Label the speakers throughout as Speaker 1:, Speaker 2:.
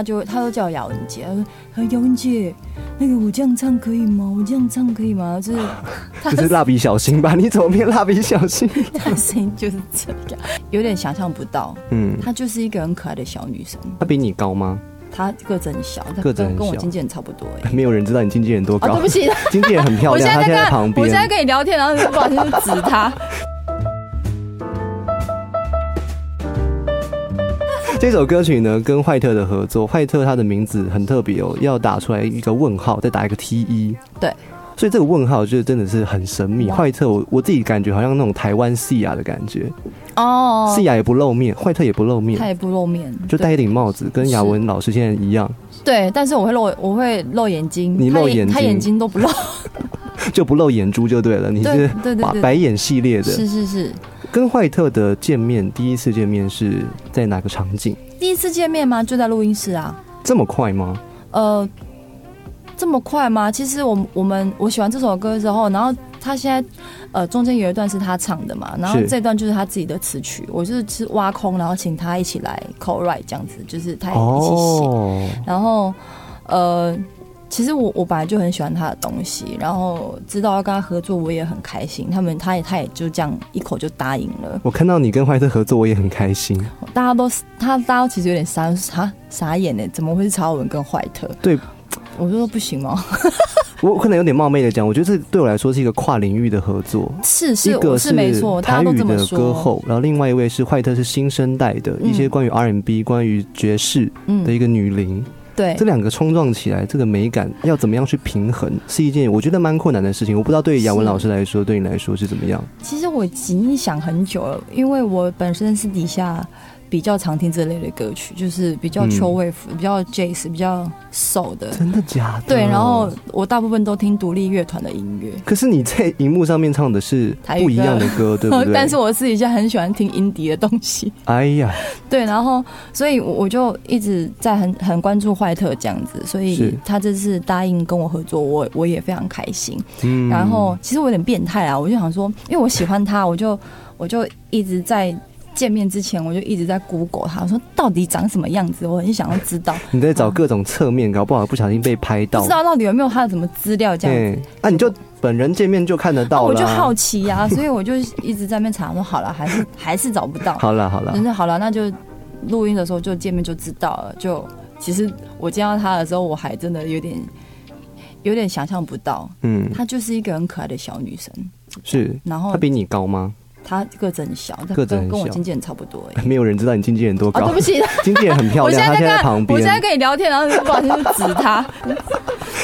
Speaker 1: 他就他都叫我雅文姐，他说呃雅文姐，那个我这样唱可以吗？我这样唱可以吗？就是 他
Speaker 2: 这是蜡笔小新吧？你怎么变蜡笔小 新？
Speaker 1: 他的声音就是这样，有点想象不到。
Speaker 2: 嗯，
Speaker 1: 她就是一个很可爱的小女生，
Speaker 2: 他比你高吗？
Speaker 1: 她个子很小，她
Speaker 2: 个子很
Speaker 1: 跟跟我
Speaker 2: 小
Speaker 1: 经纪人差不多哎。
Speaker 2: 没有人知道你经纪人多
Speaker 1: 哦，
Speaker 2: 高。
Speaker 1: 对不起，
Speaker 2: 经纪人很漂
Speaker 1: 我现
Speaker 2: 亮，他
Speaker 1: 在
Speaker 2: 现
Speaker 1: 跟她
Speaker 2: 在在旁
Speaker 1: 我现在
Speaker 2: 边。
Speaker 1: 跟你聊天，然后你不小心就指 她。
Speaker 2: 这首歌曲呢，跟坏特的合作，坏特他的名字很特别哦，要打出来一个问号，再打一个 T 一。
Speaker 1: 对。
Speaker 2: 所以这个问号就真的是很神秘。
Speaker 1: 哇
Speaker 2: 坏特，我我自己感觉好像那种台湾西雅的感觉，
Speaker 1: 哦，
Speaker 2: 西雅也不露面，坏特也不露
Speaker 1: 她
Speaker 2: 面，
Speaker 1: 也不露面，
Speaker 2: 就戴一顶帽子，跟雅文老师现在一样，
Speaker 1: 对，但是我会露，我会露眼睛，
Speaker 2: 你
Speaker 1: 她
Speaker 2: 露眼睛
Speaker 1: 她眼睛都不露，
Speaker 2: 就不露眼珠就对了。你
Speaker 1: 对
Speaker 2: 是
Speaker 1: 对
Speaker 2: 把
Speaker 1: 对对，
Speaker 2: 白眼系列的，
Speaker 1: 是是是，
Speaker 2: 跟坏特的见面，第一次见面是在哪个场景？
Speaker 1: 第一次见面吗？就在录音室啊。
Speaker 2: 这么快吗？
Speaker 1: 呃，这么快吗？其实我我们我喜欢这首歌之后，然后他现在呃中间有一段是他唱的嘛，然后
Speaker 2: 是
Speaker 1: 这段就是他自己的词曲，我就是是挖空，然后请他一起来 co write 这样子，就是他一起写，
Speaker 2: 哦，
Speaker 1: 然后呃。其实我我本来就很喜欢他的东西，然后知道要跟他合作，我也很开心。他们他也他也就这样一口就答应了，
Speaker 2: 我看到你跟坏特合作，我也很开心。
Speaker 1: 大家都他大家都其实有点傻傻傻眼呢，怎么会是曹文跟怀特？
Speaker 2: 对，
Speaker 1: 我就说不行哦吗？
Speaker 2: 我可能有点冒昧的讲，我觉得这对我来说是一个跨领域的合作。
Speaker 1: 是
Speaker 2: 一
Speaker 1: 是，
Speaker 2: 个
Speaker 1: 我是没错，大
Speaker 2: 台
Speaker 1: 家都
Speaker 2: 语
Speaker 1: 这么
Speaker 2: 的
Speaker 1: 说。
Speaker 2: 歌后，然后另外一位是坏特，是新生代的一些
Speaker 1: 嗯
Speaker 2: 关于 R&B、关于爵士的
Speaker 1: 嗯，
Speaker 2: 一个女伶。
Speaker 1: 对
Speaker 2: 这，两个冲撞起来，这个美感要怎么样去平衡，是一件我觉得蛮困难的事情。我不知道对于雅文
Speaker 1: 是
Speaker 2: 老师来说，对你来说是怎么样？
Speaker 1: 其实我已经想很久了，因为我本身私底下比较常听这类的歌曲，就是比较
Speaker 2: 嗯
Speaker 1: 秋 wave、比较 jazz、比较 soul 的。
Speaker 2: 真的假的？
Speaker 1: 呃对，然
Speaker 2: 哦
Speaker 1: 后我大部分都听独立乐团的音乐，
Speaker 2: 可是你在荧幕上面唱的是
Speaker 1: 台语歌
Speaker 2: 不一样的歌， 对不对？
Speaker 1: 但是我私底下很喜欢听音迪的东西。
Speaker 2: 哎呀，
Speaker 1: 对，然后所以我我就一直在很很关注坏特这样子，所
Speaker 2: 是
Speaker 1: 以他这次答应跟我合作，我我也非常开心。
Speaker 2: 嗯
Speaker 1: 然后其实我有点变态啊，我就想说，因为我喜欢他，我就我就一直在见面之前，我就一直在 Google 他，我说到底长什么样子，我很想要知道，
Speaker 2: 你在找各种侧面，搞不好不小心被拍
Speaker 1: 不
Speaker 2: 到
Speaker 1: 知。道到底有没有他的什么资料这样子。
Speaker 2: 对，那、你就本人见面就看得
Speaker 1: 那
Speaker 2: 到了。
Speaker 1: 我就好奇呀、所以我就一直在那边查，说好了，还是还是找不到。
Speaker 2: 好啦好啦
Speaker 1: 但，是好了，那就录音的时候就见面就知道了。就其实我见到他的时候，我还真的有点有点想象不到，
Speaker 2: 嗯，
Speaker 1: 她就是一个很可爱的小女生，
Speaker 2: 是。
Speaker 1: 然后
Speaker 2: 他比你高吗？
Speaker 1: 她个子很小，她
Speaker 2: 个子很
Speaker 1: 跟跟我
Speaker 2: 小
Speaker 1: 经纪人差不多、欸。
Speaker 2: 没有人知道你经纪人多
Speaker 1: 啊，
Speaker 2: 高。
Speaker 1: 对不起，
Speaker 2: 经纪人很漂
Speaker 1: 我现
Speaker 2: 亮，
Speaker 1: 在
Speaker 2: 他
Speaker 1: 在
Speaker 2: 现
Speaker 1: 跟
Speaker 2: 在
Speaker 1: 他
Speaker 2: 旁
Speaker 1: 我现在
Speaker 2: 边。
Speaker 1: 跟你聊天，然后你不小心就指他，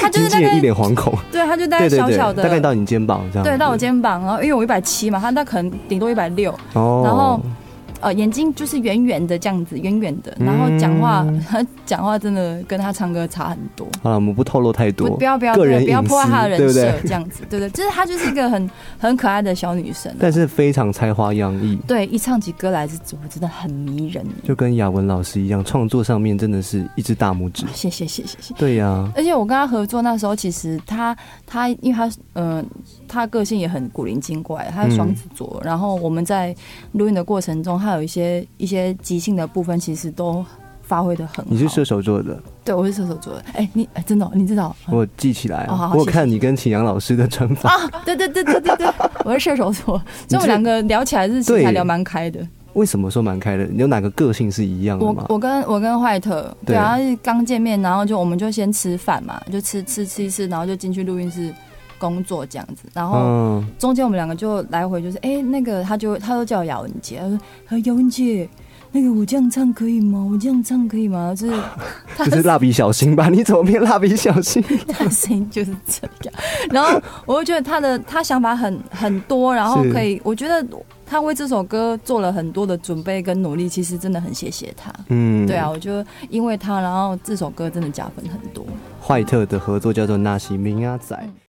Speaker 1: 他就
Speaker 2: 经
Speaker 1: 是 大
Speaker 2: 纪人一
Speaker 1: 概
Speaker 2: 脸惶恐，
Speaker 1: 对，他就大概
Speaker 2: 对对
Speaker 1: 小
Speaker 2: 对，
Speaker 1: 小的，
Speaker 2: 大概到你肩膀这样。
Speaker 1: 对到我。肩膀，然后因为我一百七嘛，他那可能顶多一百六，
Speaker 2: 哦。
Speaker 1: 然后呃，眼睛就是圆圆的这样子，圆圆的，然后讲话，
Speaker 2: 嗯
Speaker 1: 他 讲话真的跟他唱歌差很多。
Speaker 2: 好了，我们不透露太
Speaker 1: 不
Speaker 2: 多
Speaker 1: 不。要不要
Speaker 2: 个人
Speaker 1: 不要
Speaker 2: 隐
Speaker 1: 破坏
Speaker 2: 私
Speaker 1: 他的人
Speaker 2: 对不
Speaker 1: 设
Speaker 2: 对，
Speaker 1: 这样子，对对，就是她就是一个很很可爱的小女生啊，
Speaker 2: 但是非常才华洋溢，
Speaker 1: 对，一唱起歌来是我真的很迷人。
Speaker 2: 就跟雅文老师一样，创作上面真的是一只大拇指。
Speaker 1: 谢谢谢谢谢谢。
Speaker 2: 对呀、
Speaker 1: 而且我跟他合作那时候，其实他他因为他嗯、呃，他个性也很古灵精怪，他是双子座。然后我们在录音的过程中，他有一些一些即兴的部分，其实都发挥的很好。
Speaker 2: 你是射手座的，
Speaker 1: 对，我是射手座的。哎、你哎、真的哦、你知 道？
Speaker 2: 我记起来、
Speaker 1: 哦好
Speaker 2: 啊，
Speaker 1: 好
Speaker 2: 我有
Speaker 1: 谢谢啊
Speaker 2: 看你跟秦阳老师的专访，
Speaker 1: 对对对对对对，我是射手座，所以我们两个聊起来是其实
Speaker 2: 对
Speaker 1: 还聊蛮开的。
Speaker 2: 为什么说蛮开的？你有哪个个性是一样的
Speaker 1: 我
Speaker 2: 吗？
Speaker 1: 我跟我跟坏特，
Speaker 2: 对
Speaker 1: 对，然后是刚见面，然后就我们就先吃饭嘛，就吃吃吃一吃，然后就进去录音室工作这样子，然后。
Speaker 2: 嗯，
Speaker 1: 中间我哦们两个就来回就是，哎、那个他就他都叫我雅文姐，他说呃雅文姐，那个我这样唱可以吗？我这样唱可以吗？就是他
Speaker 2: 这是蜡笔小新吧？你怎么变蜡笔小新？
Speaker 1: 他的声音就是这样，然后我就觉得他的他想法很很多，然后
Speaker 2: 是
Speaker 1: 可以，我觉得他为这首歌做了很多的准备跟努力，其实真的很谢谢他。
Speaker 2: 嗯，
Speaker 1: 对啊，，我就因为他，然后这首歌真的加分很多。
Speaker 2: 坏特的合作叫做《纳西明阿仔》。